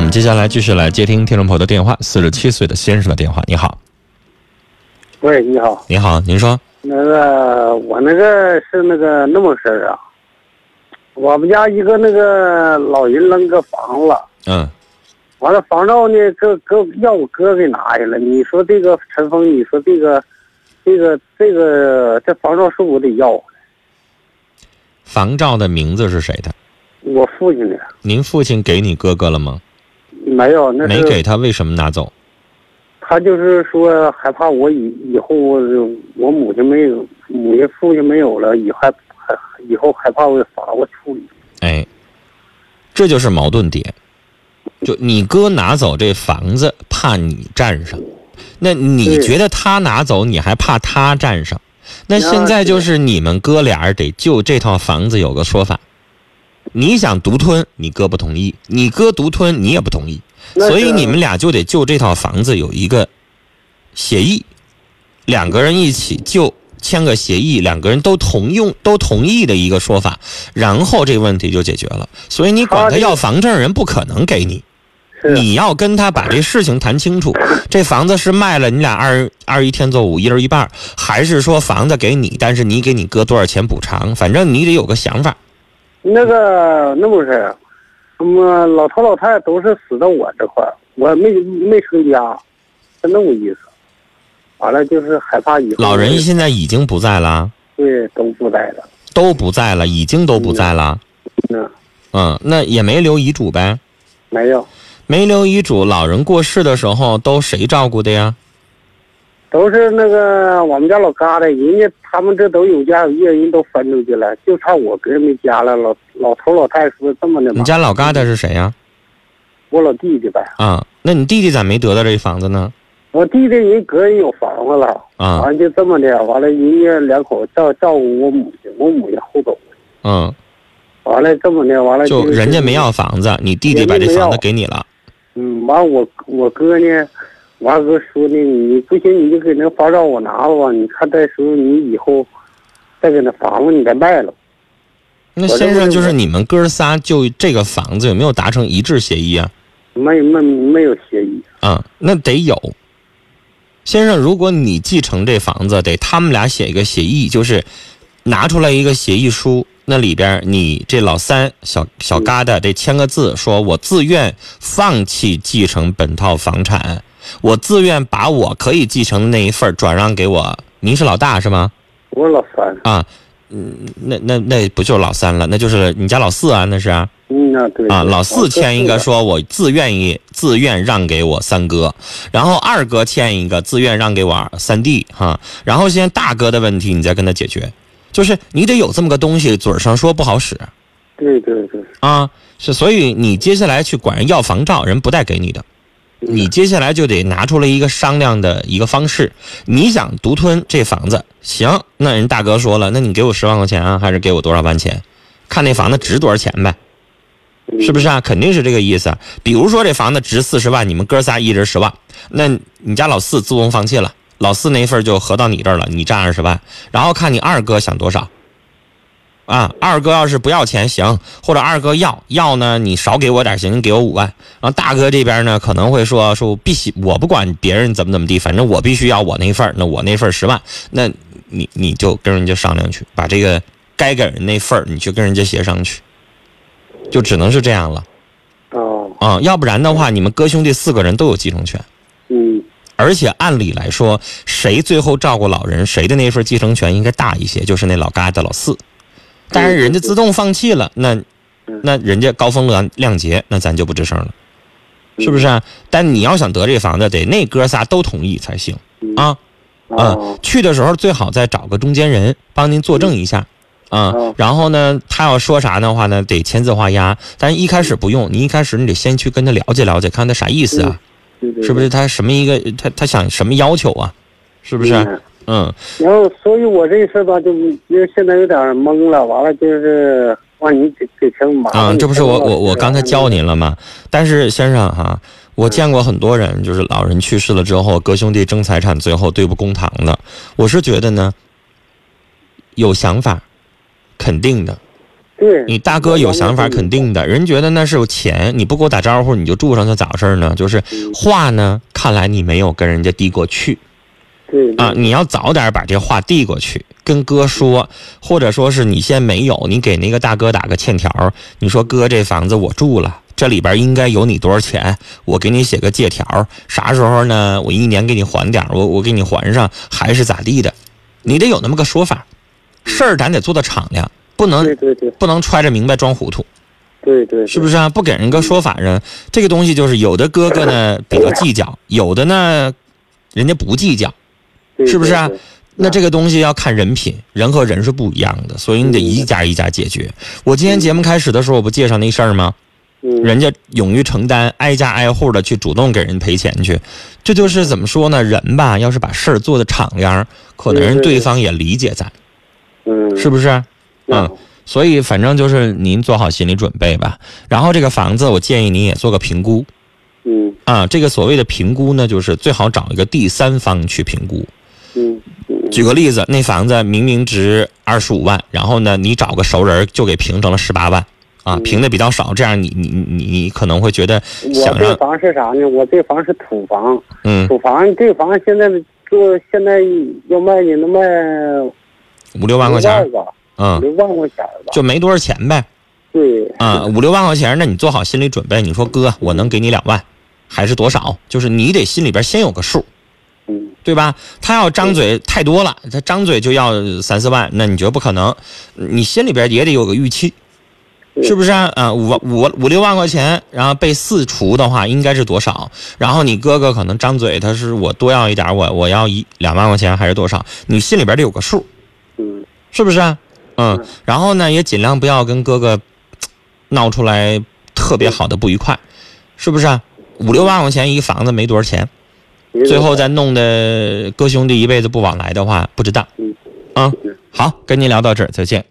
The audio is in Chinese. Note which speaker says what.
Speaker 1: 们接下来继续来接听听众朋友的电话，四十七岁的先生的电话。你好，
Speaker 2: 喂，你好，
Speaker 1: 你好，您说，
Speaker 2: 那个我那个是那个那么事儿啊，我们家一个那个老人扔个房子，
Speaker 1: 嗯，
Speaker 2: 完了房照呢，哥哥让我哥给拿下了。你说这个陈峰，你说这个，这个这个这房照是我得要，
Speaker 1: 房照的名字是谁的？
Speaker 2: 我父亲的
Speaker 1: 您父亲给你哥哥了吗？
Speaker 2: 没有，那
Speaker 1: 没
Speaker 2: 是
Speaker 1: 给他，为什么拿走？
Speaker 2: 他就是说害怕我以以后我我母亲没有，母亲父亲没有了，以后还还以后害怕我法我处理。
Speaker 1: 哎，这就是矛盾点。就你哥拿走这房子，怕你占上；那你
Speaker 2: 对
Speaker 1: 觉得他拿走，你还怕他占上？那现在就是你们哥俩儿得就这套房子有个说法。你想独吞，你哥不同意；你哥独吞，你也不同意。
Speaker 2: 那是
Speaker 1: 所以你们俩就得就这套房子有一个协议，两个人一起就签个协议，两个人都同用都同意的一个说法，然后这问题就解决了。所以你管
Speaker 2: 他
Speaker 1: 他
Speaker 2: 这
Speaker 1: 要房证，人不可能给你，
Speaker 2: 是啊
Speaker 1: 你要跟他把这事情谈清楚。这房子是卖了，你俩二二一天作五，一人一半儿，还是说房子给你，但是你给你哥多少钱补偿？反正你得有个想法。
Speaker 2: 那个那不是，那么老头老太太都是死到我这块儿，我没没成家，是那么意思。完了就是害怕以后
Speaker 1: 老人现在已经不在了，
Speaker 2: 对都不在了，
Speaker 1: 都不在了，已经都不在了。
Speaker 2: 嗯，
Speaker 1: 嗯，那也没留遗嘱呗？
Speaker 2: 没有，
Speaker 1: 没留遗嘱，老人过世的时候都谁照顾的呀？
Speaker 2: 都是那个我们家老疙瘩，人家他们这都有家有业，人都分出去了，就差我个人没家了。老老头老太太说这么的
Speaker 1: 你
Speaker 2: 吧，
Speaker 1: 家老疙瘩是谁呀？
Speaker 2: 我老弟弟呗，
Speaker 1: 啊，那你弟弟咋没得到这房子呢？
Speaker 2: 我弟弟人个人有房子了，
Speaker 1: 啊，
Speaker 2: 完了就这么的，完了人家两口照照顾我母亲，我母亲后走。
Speaker 1: 嗯，
Speaker 2: 完了这么的，完了
Speaker 1: 哎就是人家没要房子，你弟弟把这房子给你了。
Speaker 2: 嗯，完我我哥呢，完哥说呢，你不行你就给那房照我拿了吧，你看到时候你以后再给那房子你再卖了。
Speaker 1: 那先生就是你们哥仨就这个房子有没有达成一致协议啊？
Speaker 2: 没没没有协议，
Speaker 1: 啊，那得有。先生，如果你继承这房子，得他们俩写一个协议，就是拿出来一个协议书，那里边儿你这老三小小疙瘩得签个字，说我自愿放弃继承本套房产，我自愿把我可以继承的那一份儿转让给我。您是老大是吗？
Speaker 2: 我老三，
Speaker 1: 啊，嗯，那那那不就是老三了？那就是你家老四啊，那是啊。
Speaker 2: 嗯呐、对
Speaker 1: 啊，老四签一个，
Speaker 2: 我
Speaker 1: 说我自愿意自愿让给我三哥，然后二哥签一个自愿让给我三弟哈，然后现在大哥的问题你再跟他解决，就是你得有这么个东西，嘴上说不好使
Speaker 2: 哥四个对对对，
Speaker 1: 啊，是所以你接下来去管人要房照，人不带给你的，
Speaker 2: 嗯
Speaker 1: 你接下来就得拿出来一个商量的一个方式，你想独吞这房子，行，那人大哥说了，那你给我十万块钱啊，还是给我多少万钱，看那房子值多少钱呗。是不
Speaker 2: 是？
Speaker 1: 是啊？肯定是这个意思。比如说这房子值四十万，你们哥仨一人十万，那你家老四自动放弃了，老四那一份就合到你这儿了，你占二十万，然后看你二哥想多少。啊，二哥要是不要钱行，或者二哥要要呢，你少给我点行，你给我五万。然后大哥这边呢可能会说说我必须我不管别人怎么怎么地，反正我必须要我那份儿，那我那份十万，那你你就跟人家商量去，把这个该给人那份儿你去跟人家协商去，就只能是这样了。
Speaker 2: 哦，
Speaker 1: 啊、要不然的话，你们哥兄弟四个人都有继承权，
Speaker 2: 嗯，
Speaker 1: 而且按理来说，谁最后照顾老人，谁的那份继承权应该大一些，就是那老疙瘩老四。但是人家自动放弃了，那
Speaker 2: 嗯
Speaker 1: 那人家高风亮亮节，那咱就不吱声了，是不是、啊？但你要想得这房子，得那哥仨都同意才行
Speaker 2: 嗯
Speaker 1: 啊。嗯
Speaker 2: 哦，，
Speaker 1: 去的时候最好再找个中间人帮您作证一下，啊、
Speaker 2: 哦
Speaker 1: 然后呢，他要说啥的话呢，得签字画押。但是一开始不用，你一开始你得先去跟他了解了解，看他啥意思啊，
Speaker 2: 对对
Speaker 1: 是不是？？他什么一个他他想什么要求啊，是不是？
Speaker 2: 嗯
Speaker 1: 嗯，
Speaker 2: 然后，所以我这事儿吧，就因为现在有点懵了，完了就是让你给给嗯成麻烦。
Speaker 1: 啊，这不是我我我刚才教
Speaker 2: 你。
Speaker 1: 您了吗？但是先生哈、我见过很多
Speaker 2: 嗯
Speaker 1: 人，就是老人去世了之后，哥兄弟争财产，最后对簿公堂的。我是觉得呢，有想法，肯定的，
Speaker 2: 对，
Speaker 1: 你大哥有想法肯定的，人觉得那是有钱，你不给我打招呼你就住上，那咋回事呢？就是
Speaker 2: 嗯
Speaker 1: 话呢，看来你没有跟人家递过去
Speaker 2: 对
Speaker 1: 啊，你要早点把这话递过去，跟哥说，或者说是你先没有，你给那个大哥打个欠条，你说哥这房子我住了。这里边应该有你多少钱？我给你写个借条，啥时候呢？我一年给你还点儿，我我给你还上，还是咋地的？你得有那么个说法，事儿咱得做到敞亮，不能
Speaker 2: 对对对
Speaker 1: 不能揣着明白装糊涂，
Speaker 2: 对对，
Speaker 1: 是不是啊？不给人个说法呢，这个东西就是有的哥哥呢比较计较，有的呢人家不计较。
Speaker 2: 是
Speaker 1: 是不是啊？那这个东西要看人品，人和人是不一样的，所以你
Speaker 2: 嗯
Speaker 1: 得一家一家解决。我今天节目开始的时候，我不介绍那事儿吗？
Speaker 2: 嗯，
Speaker 1: 人家勇于承担，挨家挨户的去主动给人赔钱去，这就是怎么说呢？人吧，要是把事儿做的敞亮，可能
Speaker 2: 对
Speaker 1: 人
Speaker 2: 对
Speaker 1: 对
Speaker 2: 对
Speaker 1: 方也理解咱，
Speaker 2: 嗯
Speaker 1: 是不是啊？嗯，所以反正就是您做好心理准备吧。然后这个房子，我建议您也做个评估
Speaker 2: 嗯
Speaker 1: 啊。这个所谓的评估呢，就是最好找一个第三方去评估。
Speaker 2: 嗯嗯
Speaker 1: 举个例子，那房子明明值二十五万，然后呢，你找个熟人就给评成了十八万啊，
Speaker 2: 嗯
Speaker 1: 评的比较少，这样你你你你你可能会觉得
Speaker 2: 我
Speaker 1: 想
Speaker 2: 这
Speaker 1: 让
Speaker 2: 房是啥呢？我这房是土房，
Speaker 1: 嗯
Speaker 2: 土房这房现在做现在要卖也能卖
Speaker 1: 五六万
Speaker 2: 五
Speaker 1: 块钱儿，
Speaker 2: 吧，
Speaker 1: 嗯，
Speaker 2: 六万块钱吧。
Speaker 1: 就没多少钱呗，
Speaker 2: 对，
Speaker 1: 啊，五六万块钱，那你做好心理准备，你说哥，我能给你两万，还是多少？就是你得心里边先有个数。
Speaker 2: 嗯
Speaker 1: 对吧？他要张嘴太多了，他张嘴就要三四万，那你觉得不可能？你心里边也得有个预期，
Speaker 2: 对
Speaker 1: 是不是啊？啊，五万五五六万块钱，然后被四除的话，应该是多少？然后你哥哥可能张嘴他是我多要一点，我我要一两万块钱还是多少？你心里边得有个数，
Speaker 2: 嗯
Speaker 1: 是不是啊？嗯
Speaker 2: 嗯，
Speaker 1: 然后呢，也尽量不要跟哥哥嘖闹出来特别好的不愉快，是不是啊？五六万块钱一个房子没多少钱，
Speaker 2: 没
Speaker 1: 最后
Speaker 2: 问题
Speaker 1: 再弄得哥兄弟一辈子不往来的话，不值当。
Speaker 2: 嗯
Speaker 1: 啊，好，跟您聊到这儿，再见。